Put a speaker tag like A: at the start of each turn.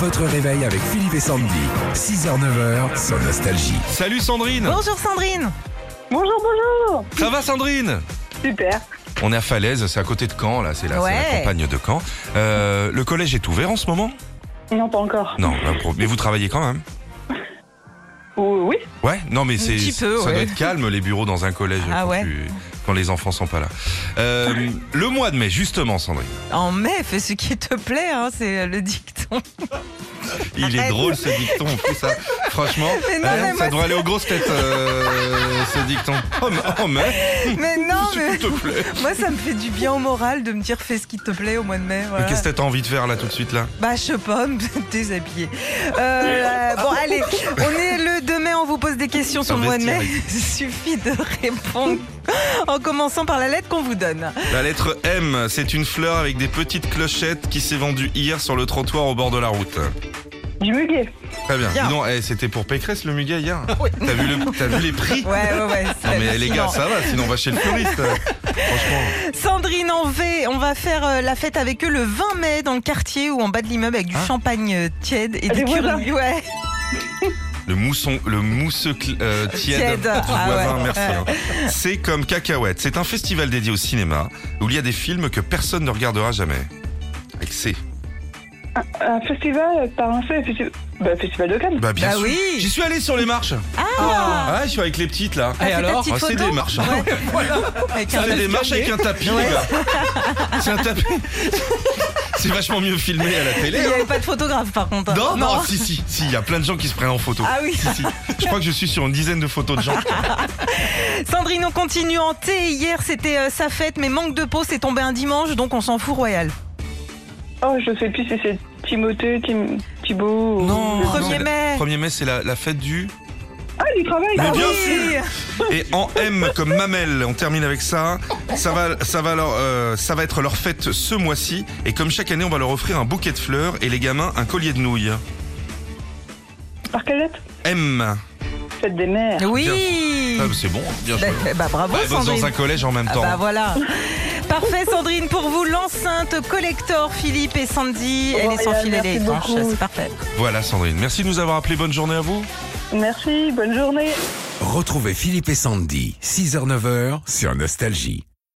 A: Votre réveil avec Philippe et Sandy. 6h-9h sur Nostalgie.
B: Salut Sandrine
C: Bonjour Sandrine
D: Bonjour, bonjour
C: Oh.
B: Ça va Sandrine
D: Super.
B: On est à Falaise, c'est à côté de Caen, là, c'est là, c'est la
C: Ouais.
B: campagne de Caen. Euh, le collège est ouvert en ce moment
D: Non, pas encore.
B: Non, pas pro- mais vous travaillez quand même
D: Ou- Oh, Oui,
B: Ouais, non mais
C: Un
B: c'est
C: petit peu,
B: ça
C: ouais.
B: doit être calme les bureaux dans un collège
C: Ah
B: quand,
C: ouais.
B: quand les enfants sont pas là. Euh, le mois de mai justement Sandrine.
C: En mai, fais ce qui te plaît, hein, c'est le dicton.
B: Il est
C: Arrête.
B: drôle ce dicton en plus ça, franchement
C: Mais non,
B: hein,
C: mais
B: ça
C: moi,
B: devrait aller aux grosses têtes euh, ce dicton. Oh, mais- oh, mais
C: Mais non, mais
B: s'il te plaît.
C: moi ça me fait du bien au moral de me dire fais ce qui te plaît au mois de mai. voilà.
B: Qu'est-ce que t'as envie de faire là tout de suite là
C: Bah, je sais pas, me déshabiller. Euh, bon, allez, on est le 2 mai, on vous pose des questions sur le mois de mai. Il suffit de répondre en commençant par la lettre qu'on vous donne.
B: La lettre M, c'est une fleur avec des petites clochettes qui s'est vendue hier sur le trottoir au bord de la route.
D: du muguet.
B: Très bien.
C: Bien.
B: Dis donc, eh, c'était pour Pécresse le muguet hier. T'as vu, le- t'as vu les prix
C: Ouais, ouais, ouais. c'est
B: Non mais les
C: hallucinant.
B: gars, ça va, sinon on va chez le fleuriste. Franchement.
C: Sandrine en V, on va faire euh, la fête avec eux le 20 mai dans le quartier ou en bas de l'immeuble avec du
B: Hein
C: champagne euh, tiède et
D: Ah,
C: des
D: des voisins.
C: curly. Ouais.
B: Le mousson, le mousseux cl- euh, tiède.
C: Tiède, ah
B: voisin,
C: ouais.
B: merci. hein. C'est comme Cacahuète. C'est un festival dédié au cinéma où il y a des films que personne ne regardera jamais. Avec C.
D: Un festival par un seul festival. Bah, festival de Cannes.
B: Bah bien
C: Bah
B: sûr.
C: oui.
B: J'y suis allé sur les marches.
C: Ah,
B: Ah, je suis avec les petites là.
C: Ah, c'est ta petite
B: Ah, C'est
C: photo
B: des marches. hein.
C: Ouais, Avec
B: Ça
C: un
B: fait des
C: escalier.
B: marches avec un tapis, les gars. C'est un tapis. C'est vachement mieux filmé à la
C: Il
B: télé.
C: n'y
B: hein.
C: avait pas de photographe par contre. hein.
B: Non, non, si, si, si, il y a plein de gens qui se prennent en photo.
C: Ah oui. Ah
B: Si, si. Je crois que je suis sur une dizaine de photos de gens.
C: Sandrine, on continue en T. Hier, c'était euh, sa fête, mais manque de peau, c'est tombé un dimanche, donc on s'en fout royal.
D: Oh, je sais plus si c'est Timothée, Tim... Thibaut. ou-
B: Oh, Non.
D: Ah,
C: 1er
B: mais-
C: mai.
B: 1er mai, c'est la, la fête du.
D: du travail.
B: Mais
D: Ah,
B: bien
C: oui.
B: sûr. Et en M comme mamelle, on termine avec ça. Ça va, ça va, leur, euh, ça va être leur fête ce mois-ci. Et comme chaque année, on va leur offrir un bouquet de fleurs et les gamins un collier de nouilles.
D: Par quelle lettre
B: M.
D: Fête des mères.
C: Oui.
B: Ah, c'est bon, bien
C: Bah,
B: joué.
C: bah, bravo
B: Ouais, bah,
C: Sandrine.
B: dans un collège en même
C: Ah
B: temps.
C: bah voilà. Parfait Sandrine, pour vous l'enceinte collector Philippe et Sandy, elle est sans
D: Royal,
C: filet, elle est
D: merci
C: étanche,
D: beaucoup.
C: c'est parfait.
B: Voilà Sandrine, merci de nous avoir appelé. Bonne journée à vous.
D: Merci, bonne journée.
A: Retrouvez Philippe et Sandy. 6h-9h sur Nostalgie.